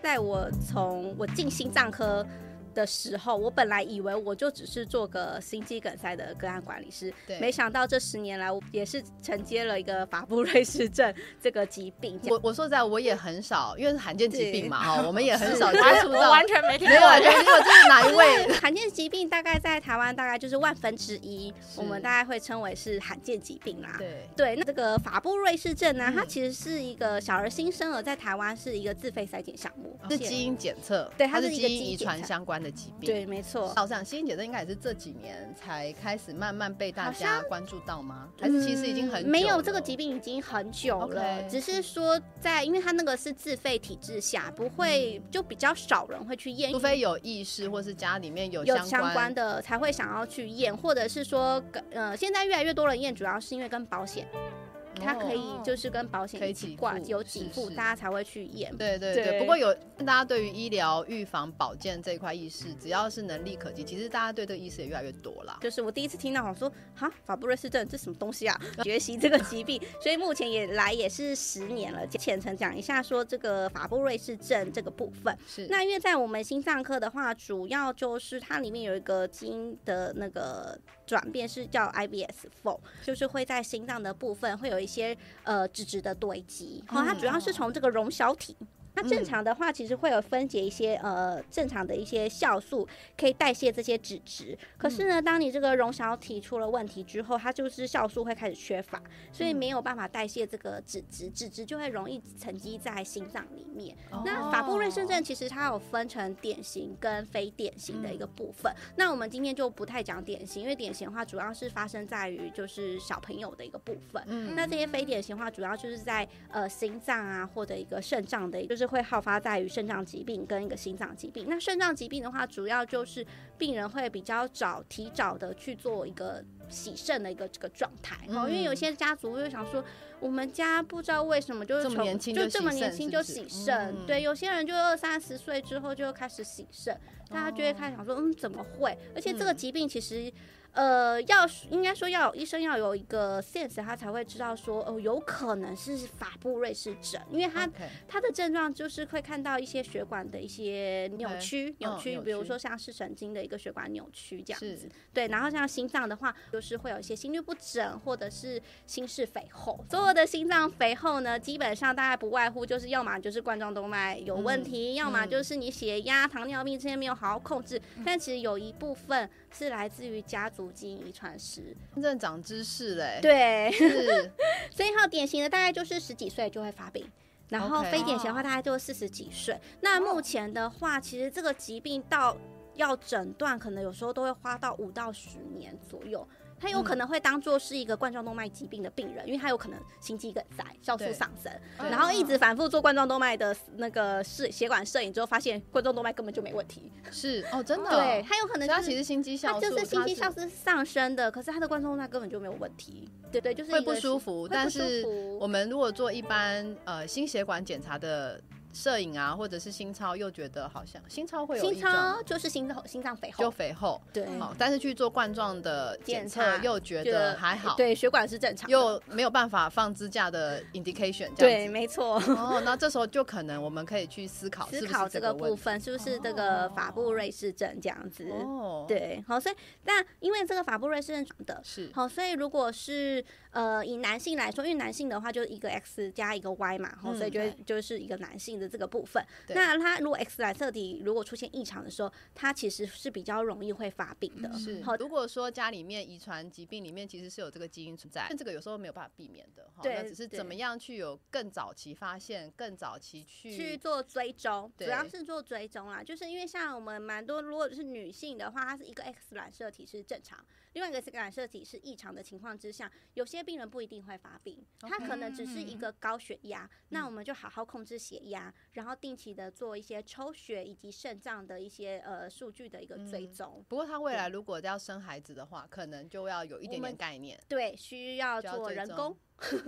概我从我进心脏科的时候，我本来以为我就只是做个心肌梗塞的个案管理师，对没想到这十年来，我也是承接了一个法布瑞氏症这个疾病。我我说实在，我也很少，因为是罕见疾病嘛，哦哈，我们也很少接完触我到，完全没听没有过完全没有，就是哪一位？罕见疾病大概在台湾大概就是万分之一，是我们大概会称为是罕见疾病啦。对， 对，那这个法布瑞氏症呢、嗯它其实是一个小儿新生儿在台湾是一个自费筛检项目，是基因检测，哦对它它是是一个基因基因遗检传测相关的疾病。对，没错。老实讲，基因检测应该也是这几年才开始慢慢被大好家关注到吗？还是其实已经很久嗯没有这个了疾病已经很久了 OK 嗯只是说在因为它那个是自费体制下，不会、就比较少人会去验，嗯除非有意识，或是家里面有有相相关关的才会想要去验，或者是说跟呃现在越来越多人验，主要是因为跟保险，它可以哦就是跟保可险以一给起付挂有是几付，是大家才会去验。对对对，对不过有大家对于医疗预防保健这一块意识，只要是能力可及，其实大家对这个意识也越来越多啦。就是我第一次听到，我说哈，法布瑞氏症这什么东西啊？ 学习这个疾病，所以目前也来也是十年了。浅层讲一下说这个法布瑞氏症这个部分。是那因为在我们心脏科的话，主要就是它里面有一个基因的那个转变是叫 IBS4，就是会在心脏的部分会有一些呃脂质的堆积，哦，它主要是从这个溶小体。它正常的话，其实会有分解一些呃正常的一些酵素，可以代谢这些脂质。可是呢，当你这个溶小体出了问题之后，它就是酵素会开始缺乏，所以没有办法代谢这个脂质，脂质就会容易沉积在心脏里面。哦那法布瑞氏症其实它有分成典型跟非典型的一个部分。那我们今天就不太讲典型，因为典型的话主要是发生在于就是小朋友的一个部分。嗯那这些非典型的话，主要就是在呃心脏啊或者一个肾脏的，就是会好发在于肾脏疾病跟一个心脏疾病。那肾脏疾病的话，主要就是病人会比较早提早的去做一个洗肾的一个这个状态哦，因为有嗯些家族会想说，我们家不知道为什么就是这么从年轻就就这洗么年肾轻是就不是洗肾，嗯对，有些人就二三十岁之后就开始洗肾，大家就会开始想说，嗯，怎么会？而且这个哦嗯疾病其实。呃，要应该说要有医生要有一个 sense，他才会知道说哦，有可能是法布瑞氏症，因为他 OK 它的症状就是会看到一些血管的一些扭曲、扭曲，哎嗯扭曲比如说像是神经的一个血管扭曲这样是子。对，然后像心脏的话，就是会有一些心律不整或者是心室肥厚。所有的心脏肥厚呢，基本上大概不外乎就是要么就是冠状动脉有嗯问题，要么就是你血压、糖尿病这些没有好好控制。嗯但其实有一部分是来自于家族基因遗传史。真正长知识嘞，对，是所以还有典型的大概就是十几岁就会发病。然后 OK 哦非典型的话，大概就是四十几岁。那目前的话，其实这个疾病到要诊断，可能有时候都会花到五到十年左右。他嗯有可能会当做是一个冠状动脉疾病的病人，因为他有可能心肌梗塞、酵素对上升，对嗯然后一直反复做冠状动脉的那个摄血管摄影之后，发现冠状动脉根本就没问题。是哦，真的对，，他有可所能以就它是其实心肌酵它素，就是心肌酵素素是上升的，可是他的冠状动脉根本就没有问题。对对，就是会一个不舒是服，会但不舒是服我们如果做一般呃心血管检查的摄影啊，或者是心超，又觉得好像心超会有心一种超就是心脏心脏肥就厚，肥厚，对好、但是去做冠状的检测检查又觉觉得得还好，，对血管是正常的，又没有办法放支架的 indication 这对，样子。没错。哦，那这时候就可能我们可以去思考是思不考是这这个问部题。分是不是这哦个法布瑞氏症这样子？哦，，对，好，所以那因为这个法布瑞氏症的。是好，所以如果是呃以男性来说，因为男性的话就是一个 X 加一个 Y 嘛，好，所以嗯就会对就是一个男性的这个部分。对那他如果 X 染色体如果出现异常的时候，他其实是比较容易会发病的。嗯是好。，如果说家里面遗传疾病里面其实是有这个基因存在，但这个有时候没有办法避免的哈。对那只是怎么对样去有更早期发现，更早期去去做追踪，主嗯对要是做追踪啦，就是因为像我们蛮多，如果是女性的话，她是一个 X 染色体是正常，另外一个 X 染色体是异常的情况之下，有些病人不一定会发病，哦她可能只是一嗯个高血压，那我们就好好控制血压，然后定期的做一些抽血以及肾脏的一些呃数据的一个追嗯踪。不过他未对来如果要生孩子的话，可能就要有一点我点们概念，对，需要就要做追人踪工，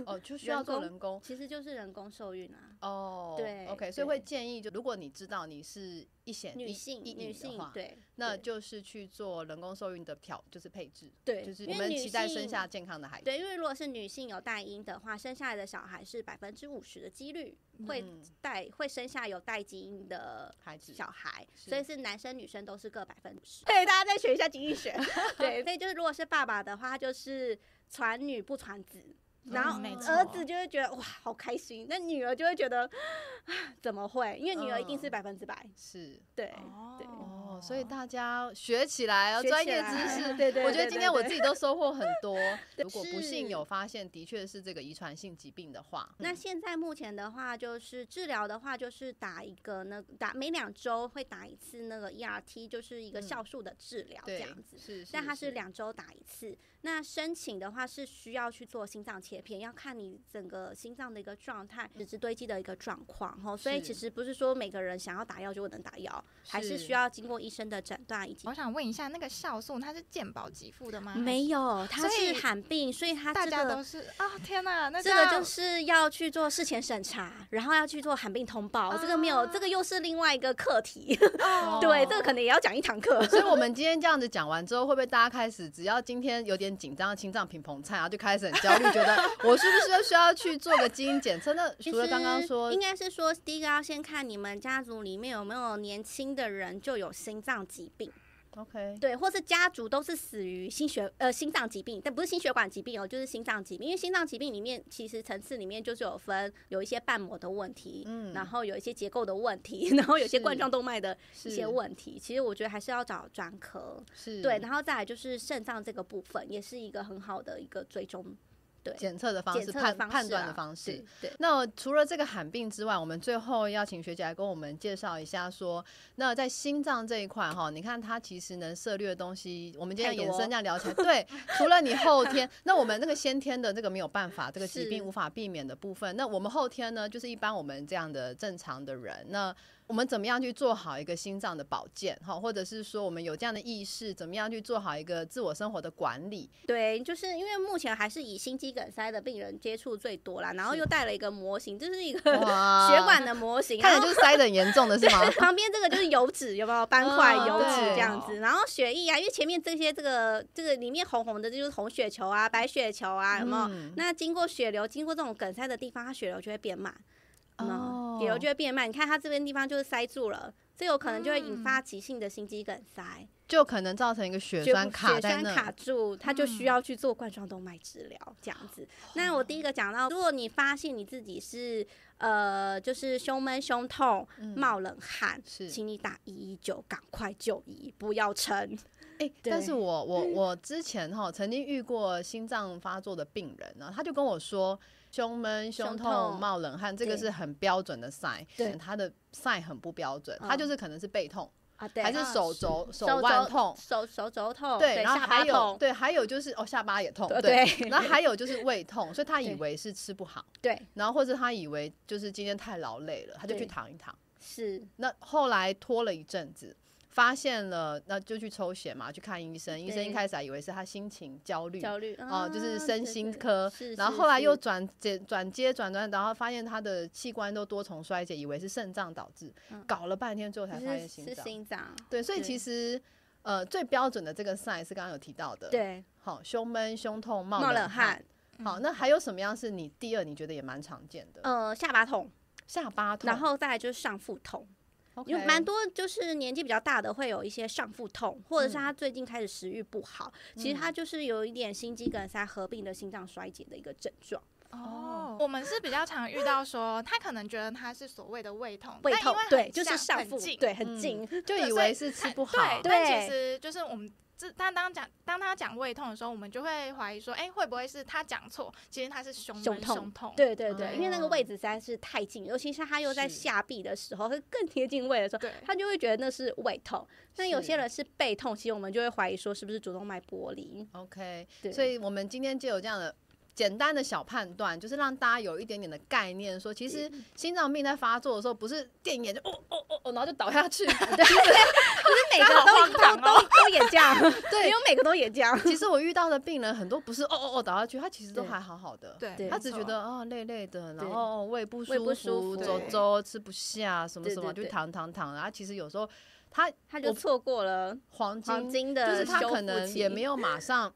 哦，就 需要做人工其实就是人工受孕啊。哦。对，OK，对所以会建议就如果你知道你是一显女一性，一女隐的性话，对，那对就是去做人工受孕的漂，就是配置，对就是因我为们女期待生性下健康的孩子。对，因为如果是女性有带阴的话，生下来的小孩是百分之五十的几率会嗯带、会生下有带基因的孩子小孩，是所以是男生女生都是各百分之十。对，大家再学一下经济 学。对，所以就是如果是爸爸的话，他就是传女不传子。然后嗯没儿错子就会觉得哇好开心，那女儿就会觉得啊怎么会？因为女儿一定是嗯百分之百，是对对哦，所以大家学起来哦，学专起业知来识。 对对，我觉得对对今天我对自己都收获很多。 对如果不幸是有发现的确是这个遗传性疾病的话，嗯那现在目前的话，就是治疗的话，就是打一个那个打每两周会打一次那个 ERT，就是一个嗯酵素的治疗这对样子。是，但它是两周打一次。那申请的话是需要去做心脏切片，要看你整个心脏的一个状态、脂质堆积的一个状况哦。所以其是实不是说每个人想要打药就能打药，还是是需要经过医生的诊断以及我。想问一下，那个酵素它是健保给付的吗？没有，它所以是罕病，所以它大这家个都是啊、天哪，那这个样就是要去做事前审查，然后要去做罕病通报，这个没有，这个又是另外一个课 题。啊哦对，这个可能也要讲一堂课。所以，我们今天这样子讲完之后，会不会大家开始只要今天有点紧张，心脏平膨菜，然后就开始很焦虑，觉得我是不是需要去做个基因检测？那其 除了刚刚实说应该是说，第一个要先看你们家族里面有没有年轻的人就有心脏疾病， ，OK，对，或是家族都是死于心血呃心脏疾病，但不是心血管疾病哦，就是心脏疾病。因为心脏疾病里面其实层次里面就是有分有一些瓣膜的问题，嗯然后有一些结构的问题， 然后有些是冠状动脉的是一些问题。其实我觉得还是要找专科，是对，然后再来就是肾脏这个部分，也是一个很好的一个追踪检测的方检式、测的判方式判断的啊方式。。对，对那除了这个罕病之外，我们最后要请学姐来跟我们介绍一下说那在心脏这一块哈，你看它其实能涉猎的东西，我们今天太延多伸这样聊 起来，对，除了你后天，那我们那个先天的这个没有办法，这个疾是病无法避免的部分，那我们后天呢，就是一般我们这样的正常的人，那我们怎么样去做好一个心脏的保健哈，或者是说我们有这样的意识，怎么样去做好一个自我生活的管理？对，就是因为目前还是以心肌梗塞的病人接触最多啦，然后又带了一个模型，这是一个 哇血管的模型， 看然起来后就是塞的很严重的是 吗？旁边这个就是油脂，有没有斑块嗯油脂对这样子？然后血液啊，因为前面这些这个这个里面红红的，这就是红血球啊、白血球啊，有没有？嗯那经过血流，经过这种梗塞的地方，它血流就会变慢，有没有哦血流就会变慢。你看它这边地方就是塞住了，这有可能就会嗯引发急性的心肌梗塞，就可能造成一个血血栓卡血在栓那。嗯卡住，它就需要去做冠状动脉治疗这样子。那我第一个讲到，如果你发现你自己是呃，就是胸闷、胸痛、冒冷汗，嗯是请你打一一九，赶快就医，不要撑。哎、对但嗯是我我我之前哈曾经遇过心脏发作的病人呢、他就跟我说胸闷、胸胸痛、痛冒冷汗，这个对是很标准的 sign，对他的 sign 很不标准，他嗯就是可能是背痛，啊，对，还是啊手是肘、手手腕肘痛。手手肘痛，对，然后下巴还有痛，对，还有就是哦，下巴也痛，对对然后还有就是胃痛，所以他以对为是吃不好，对，然后或者他以为就是今天太劳累了，他就去对躺一躺。是那后来拖了一阵子，发现了，那就去抽血嘛，去看医生。医生一对开始还以为是他心情焦虑，焦虑哦、啊，就是身心对科。是然后是后来又是转接转接转转，然后发现他的器官都多重衰竭，以为是肾脏导致，嗯搞了半天最后才就发是现心是脏。心脏，对，所以对其实呃最标准的这个 sign 是刚刚有提到的，，对，好胸闷、胸痛、冒冒冷冷汗汗。，嗯嗯好，那还有什么样是你第二你觉得也蛮常见的？呃，下巴痛，下巴痛，然后再来就是上腹痛。 OK 有蛮多就是年纪比较大的会有一些上腹痛，或者是嗯他最近开始食欲不好，其实他就是有一点心肌梗塞合并的心脏衰竭的一个症状。哦，我们是比较常遇到说，他可能觉得他是所谓的胃痛，胃但因痛为很对，就是像上很腹近对很嗯近，就对以所为以是吃哎不好，对，对但其实就是我们这他当讲当他讲胃痛的时候，我们就会怀疑说，哎、会不会是他讲错？其实他是胸闷胸痛胸痛。对对对，因为那哦个位置实在是太近，尤其是他又在是下臂的时候，会更贴近胃的时候，对他就会觉得那是胃痛。那有些是人是背痛，其实我们就会怀疑说是不是主动脉剥离。 OK，对所以我们今天就有这样的简单的小判断，就是让大家有一点点的概念，说其实心脏病在发作的时候，不是电眼就哦哦哦 哦，然后就倒下去。每个都都都都也这样，对没 有每个都也这样。其实我遇到的病人很多不是哦哦哦倒下去，他其实都对还好好的。对对他没只觉错得哦累累的，然对后哦胃不舒胃不舒服，服走对走吃不下，什么对什对么就对躺躺躺。然后其实有时候他他就错过了黄黄金金就的是他修可复能期也没有马上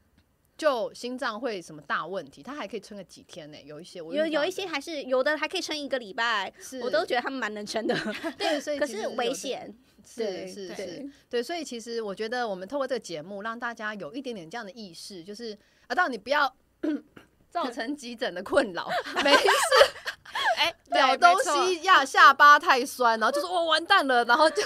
就心脏会什么大问题，他还可以撑个几天呢。有一些我有遇到有一的些还是有的还可以撑一个礼拜，是我都觉得他们蛮能撑的，对，所以可其实是有危这险。是是对是，对，所以其实我觉得我们透过这个节目，让大家有一点点这样的意识，就是啊，到你 不要造成急诊的困扰，没 哎，对了没东错西呀，下巴太酸，然后就是我、哦、完蛋了，然后就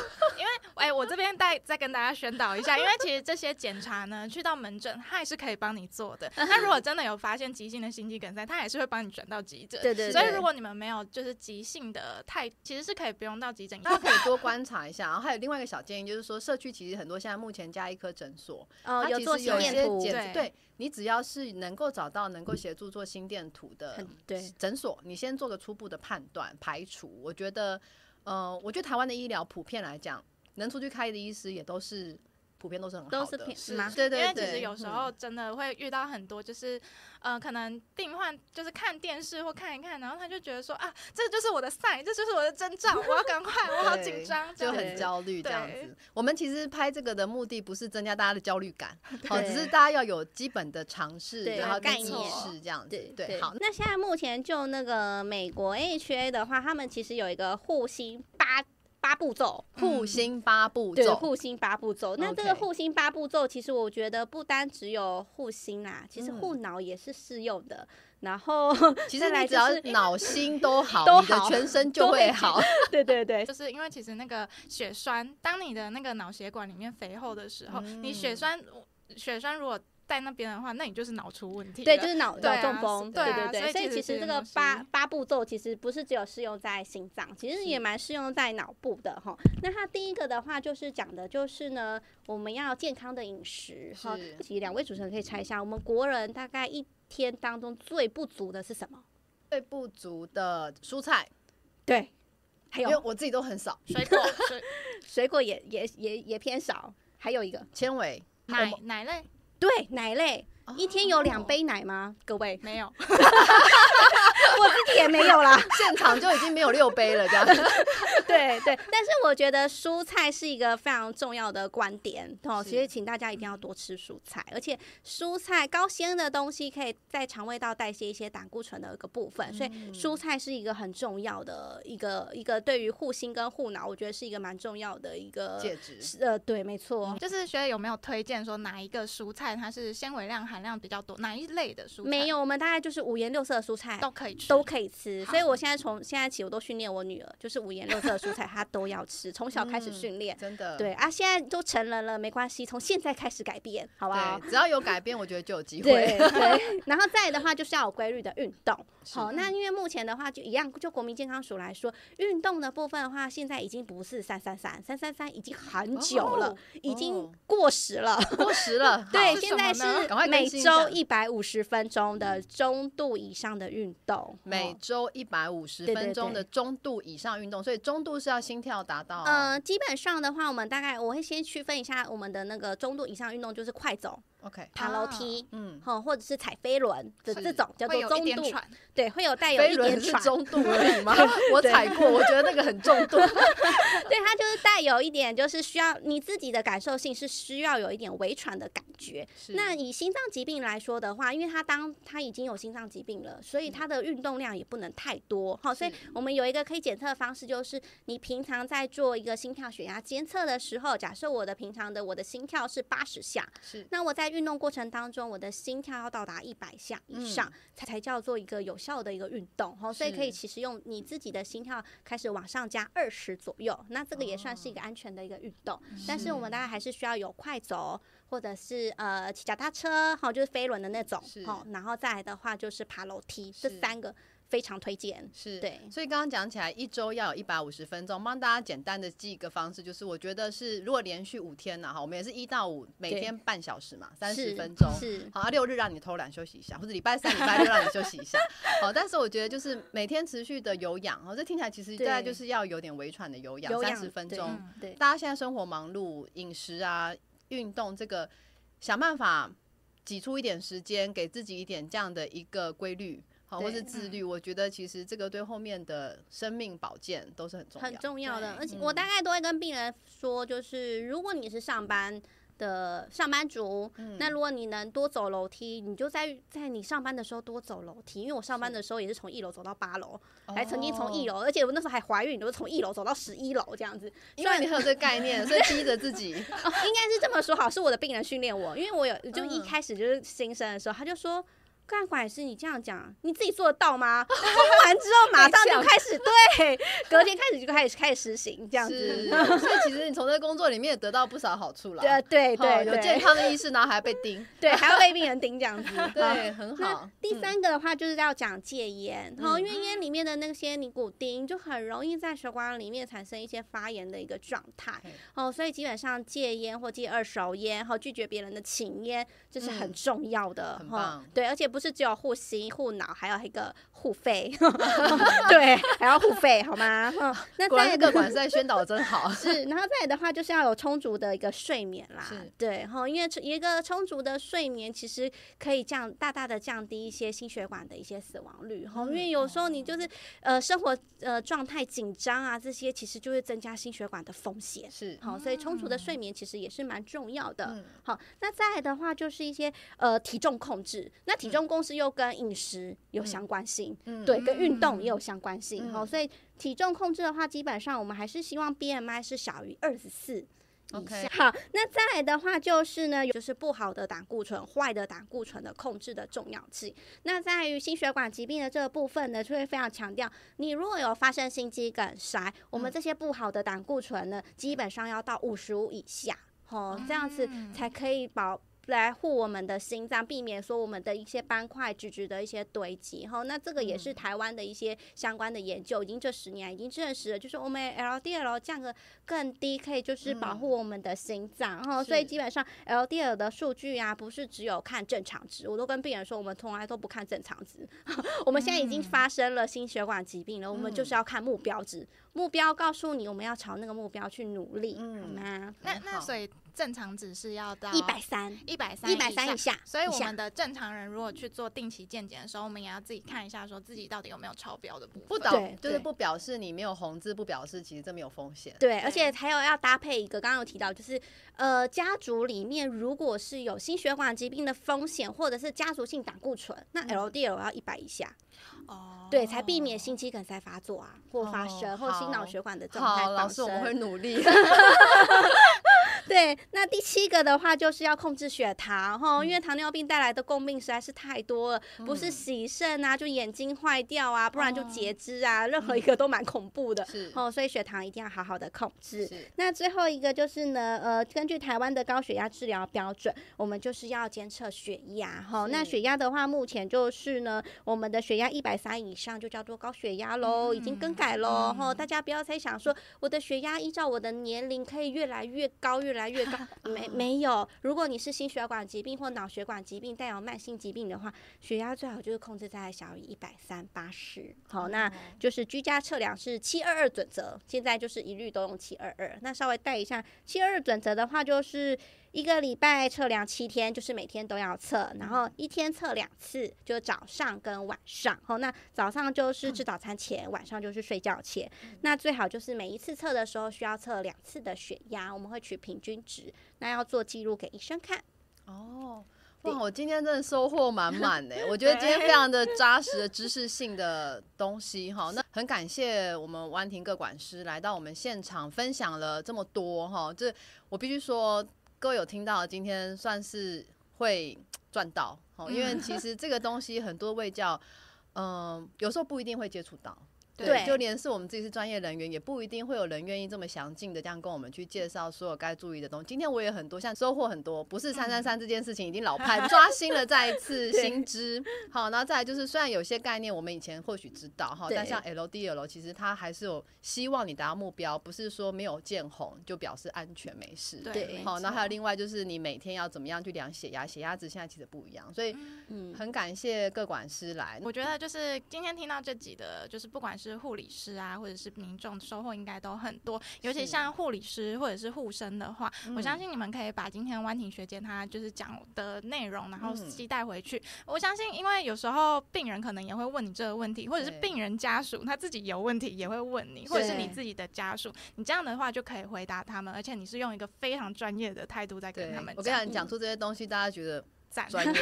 哎、我这边再再跟大家宣导一下，因为其实这些检查呢，去到门诊它也是可以帮你做的。嗯那如果真的有发现急性的心肌梗塞，它也是会帮你转到急诊。对对所以对如果你们没有就是急性的太，其实是可以不用到急诊。大家可以多观察一下。然后还有另外一个小建议，就是说社区其实很多现在目前加医科诊所，哦，它有其做实心有一电些图，检对对你只要是能够找到能够协助做心电图的很对诊所，你先做个初步的判断排除。我觉得，呃，我觉得台湾的医疗普遍来讲，能出去开的医师也都是普遍都是很好的，都是偏是吗？对对对，因为其实有时嗯候真的会遇到很多，就是，呃，可能病患就是看电视或看一看，然后他就觉得说啊，这就是我的 sign，这就是我的征兆，我要赶快，我好紧对张，就这样很子焦虑这样对子。我们其实拍这个的目的不是增加大家的焦虑 感，好，对只是大家要有基本的尝试，对然后跟概意念识这样子。对对，好，那现在目前就那个美国 HA 的话，他们其实有一个护心八八步骤，护心八步嗯对，骤，护心八步骤。那这个 OK 护心八步骤，其实我觉得不单只有护心啦，其实嗯护脑也是适用的。然后， 其再实你来只就要是脑 心都好，都你的好全身 都就会会好。对对对，就是因为其实那个血栓，当你的那个脑血管里面肥厚的时候，嗯你血栓血栓如果在那边的话，那你就是脑出问题了。对，就是脑对脑啊中风，对对啊对对。所所以以其其实实这这个个东西八八步骤其实不是只有适用在心脏，其实也蛮适用在脑部的哈。那它第一个的话就是讲的就是呢，我们要健康的饮食哈是。其实两位主持人可以猜一下，我们国人大概一天当中最不足的是什么？最不足的蔬菜，对，还因为有我自己都很少，水果、 水水果也也也也偏少，还有一个纤维奶奶类对奶类。一天有两，哦杯奶吗？各位 ，没有，我自己也没有 啦。现场就已经没有六杯了，这样对对，但是我觉得蔬菜是一个非常重要的观点哦，是其实请大家一定要多吃蔬菜，而且蔬菜高纤的东西可以在肠胃道代谢一些胆固醇的一个部分， 嗯所以蔬菜是一个很重要的一个一个对于护心跟护脑，我觉得是一个蛮重要的一个戒指。是呃对，没错。就是学姐有没有推荐说哪一个蔬菜它是纤维量含量比较多，哪一类的蔬菜没有，我们大概就是五颜六色的蔬菜都可以吃，都可以吃，所以好我现在从现在起我都训练我女儿，就是五颜六色的蔬菜她都要吃，从小开始嗯训练。真的，对啊，现在都成人了，没关系，从现在开始改变，好不好？对，只要有改变，我觉得就有机对 会。哦对，然后再来的话就是要有规律的运动。是好，那因为目前的话就一样，就国民健康署来说，运动的部分的话，现在已经不是三三三，三三三已经很久了，哦已经哦过时了。过 时了，对，是现什在么呢是赶快更每新一下嗯周一百五十分钟的中度以上的运动。每哦周一百五十对对分钟对的中度以上运动，所以中度是要心跳达哦到，呃，基本上的话，我们大概我会先区分一下我们的那个中度以上运动，就是快走、 ，OK，爬楼梯，嗯，哦，或者是踩飞轮的是这种叫啊做会有一中点度，喘，对，会有带有飞一点轮是喘，中度而 已吗？我踩过，我觉得那个很重度，对，它就是带有一点，就是需要你自己的感受性是需要有一点微喘的感觉。 那以心脏疾病来说的话，因为他当他已经有心脏疾病了，所以他的运动量也不能太多哈。所以是我们有一个可以检测的方式，就是你平常在做一个心跳血压监测的时候，假设我的平常的我的心跳是八十下，是那我在运动过程当中，我的心跳要到达一百下嗯以上，才才叫做一个有效的一个运动哈、所以可以是其实用你自己的心跳开始往上加二十左右，那这个也算是一哦嗯个安全的一个运动。但是我们大概还是需要有快走，或者是呃骑脚踏车，哈、就是飞轮的那种是，哈、然后再来的话就是爬楼梯，这是三个非常推荐。是对所以刚刚讲起来，一周要有一百五十分钟，帮大家简单的记一个方式，就是我觉得是如果连续五天呢，哈，我们也是一到五，每对天半小时嘛，三十是分钟。是，好，啊六日让你偷懒休息一下，或者礼拜三、礼拜六让你休息一下。好，但是我觉得就是每天持续的有氧，哦，这听起来其实大概对就是要有点微喘的有氧，有三氧十分对钟。嗯对，大家现在生活忙碌，饮食啊、运动这个，想办法挤出一点时间，给自己一点这样的一个规律，好，对嗯或是自律。我觉得其实这个对后面的生命保健都是很重要。嗯很重要的。对而且我大概都会跟病人说，就是如果你是上班的上班族，那嗯如果你能多走楼梯，你就在在你上班的时候多走楼梯。因为我上班的时候也是从一楼走到八楼，还曾经从一哦，楼，而且我那时候还怀孕，我就从一楼走到十一楼这样子。因为你很有这个概 念，所以逼着自己。哦，应该是这么说好，是我的病人训练我，因为我有就一嗯开始就是新生的时候，他就说。干管师，你这样讲，你自己做得到吗？ 听完之后马上就开始，对，隔天开始就开始开始实行这样 是，子。所以其实你从这个工作里面也得到不少好处啦。对呃对哦对，有对健康的意识，然后还被盯， 对，还要被病人盯这样子。 好。对，很好那。第三个的话就是要讲戒烟，然后因为嗯烟里面的那些尼古丁就很容易在血管里面产生一些发炎的一个状态对哦，所以基本上戒烟或戒二手烟，和拒绝别人的请烟，这是很嗯重要的。很哦棒对，而且不是只有护心、护脑，还有一个护 肺，对，还要护肺，好吗？嗯，那嗯果然再这个管是在宣导得真 好。是，然后再来的话就是要有充足的一个睡眠啦是，对，然后因为一个充足的睡眠其实可以降大大的降低一些心血管的一些死亡率，哈、因为有时候你就是嗯呃生活呃状态紧张啊，这些其实就会增加心血管的风险。是，好，所以充足的睡眠其实也是蛮重要的。嗯好，那再来的话就是一些呃体重控制，那体重控制又跟饮食有相关性，嗯对，跟运动也有相关性。嗯好、所以体重控制的话，基本上我们还是希望 BMI 是小于二十四。以 OK 下好，那再来的话就是呢，就是不好的胆固醇、坏的胆固醇的控制的重要性。那在于心血管疾病的这个部分呢，就会非常强调，你如果有发生心肌梗塞，我嗯们这些不好的胆固醇呢，基本上要到五十五以下，哦，这样子嗯才可以保。来护我们的心脏，避免说我们的一些斑块、脂质的一些堆积。哈，那这个也是台湾的一些相关的研究，已经这十年来已经证实了，就是我们 LDL 降个更低，可以就是保护我们的心脏。哈、是所以基本上 LDL 的数据啊，不是只有看正常值，我都跟病人说，我们从来都不看正常值，我们现在已经发生了心血管疾病了，我们就是要看目标值，目标告诉你我们要朝那个目标去努力，嗯好吗？那很那好所以正常值是要到一百三，一百三一百三以下，所以我以下们的正常人如果去做定期健检的时候，我们也要自己看一下，说自己到底有没有超标的部分。不懂导对就对是不表示你没有红字，不表示其实这没有风险。对，而且还有要搭配一个，刚刚有提到，就是呃，家族里面如果是有心血管疾病的风险，或者是家族性胆固醇，那 LDL 要一百以下，哦，对，才避免心肌梗塞发作啊，或发生，哦或心好脑血管的状态好，发老师，我们会 生。努 力。对，那第七个的话就是要控制血糖哈，因为糖尿病带来的共病实在是太多了，不是洗肾啊，就眼睛坏掉啊，不然就哦截肢啊，任何一个都蛮恐怖的。是哦，所以血糖一定要好好的控制。是，那最后一个就是呢，呃，根据台湾的高血压治疗标准，我们就是要监测血压哈。是那血压的话，目前就是呢，我们的血压一百三以上就叫做高血压喽，已经更改喽哈、大家不要再想说我的血压依照我的年龄可以越来越高，越来越高，没没有。如果你是心血管疾病或脑血管疾病，带有慢性疾病的话，血压最好就是控制在小于一百三八十。好，那就是居家测量是七二二准则，现在就是一律都用七二二。那稍微带一下七二二准则的话，就是一个礼拜测量七天，就是每天都要测，然后一天测两次，就早上跟晚上。好，那早上就是吃早餐前，晚上就是睡觉前。那最好就是每一次测的时候需要测两次的血压，我们会取平均值，那要做记录给医生看。 哦。哇，我今天真的收获满满呢！我觉得今天非常的扎实的知识性的东西哈。那很感谢我们湾婷各管师来到我们现场分享了这么多哈。这我必须说，各位有听到今天算是会赚到呃哦，因为其实这个东西很多卫教，嗯、有时候不一定会接触到。对就连是我们自己是专业人员，也不一定会有人愿意这么详尽的这样跟我们去介绍所有该注意的东西。今天我也很多，像收获很多，不是三三三这件事情已经老派抓新了，再一次嗯 对新知。好，然后再来就是，虽然有些概念我们以前或许知道哈，对但像 LDL 其实它还是有希望你达到目标，不是说没有见红就表示安全没事。对对好，那还有另另外就是你每天要怎么样去量血压，血压值现在其实不一样，所以嗯，很感谢各管师来。我觉得就是今天听到这集的，就是不管是护理师啊，或者是民众，收获应该都很多。尤其是嗯像护理师或者是护生的话，我相信你们可以把今天弯婷学姐她就是讲的内容，然后嗯吸带回去。我相信，因为有时候病人可能也会问你这个问题，或者是对病人家属他自己有问题也会问你，或者是对你自己的家属，你这样的话就可以回答他们，而且你是用一个非常专业的态度在对跟他们，我跟你讲讲，你讲出这些东西，大家觉 得赞，专业。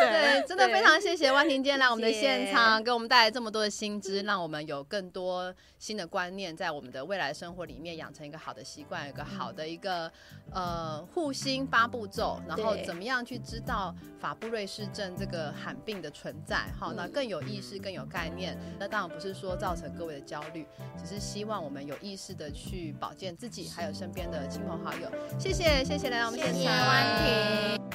对对，真的非常谢谢万婷今天来我们的谢谢现场，给我们带来这么多的新知，让我们有更多新的观念，在我们的未来生活里面养成一个好的习惯，有一个好的一个呃护心八步骤，然后对怎么样去知道法布瑞氏症这个罕病的存在，好，那更有意识、更有概念。那当然不是说造成各位的焦虑，只是希望我们有意识的去保健自己，还有身边的亲朋好友。谢谢，谢谢来到我们现谢场，谢婉婷。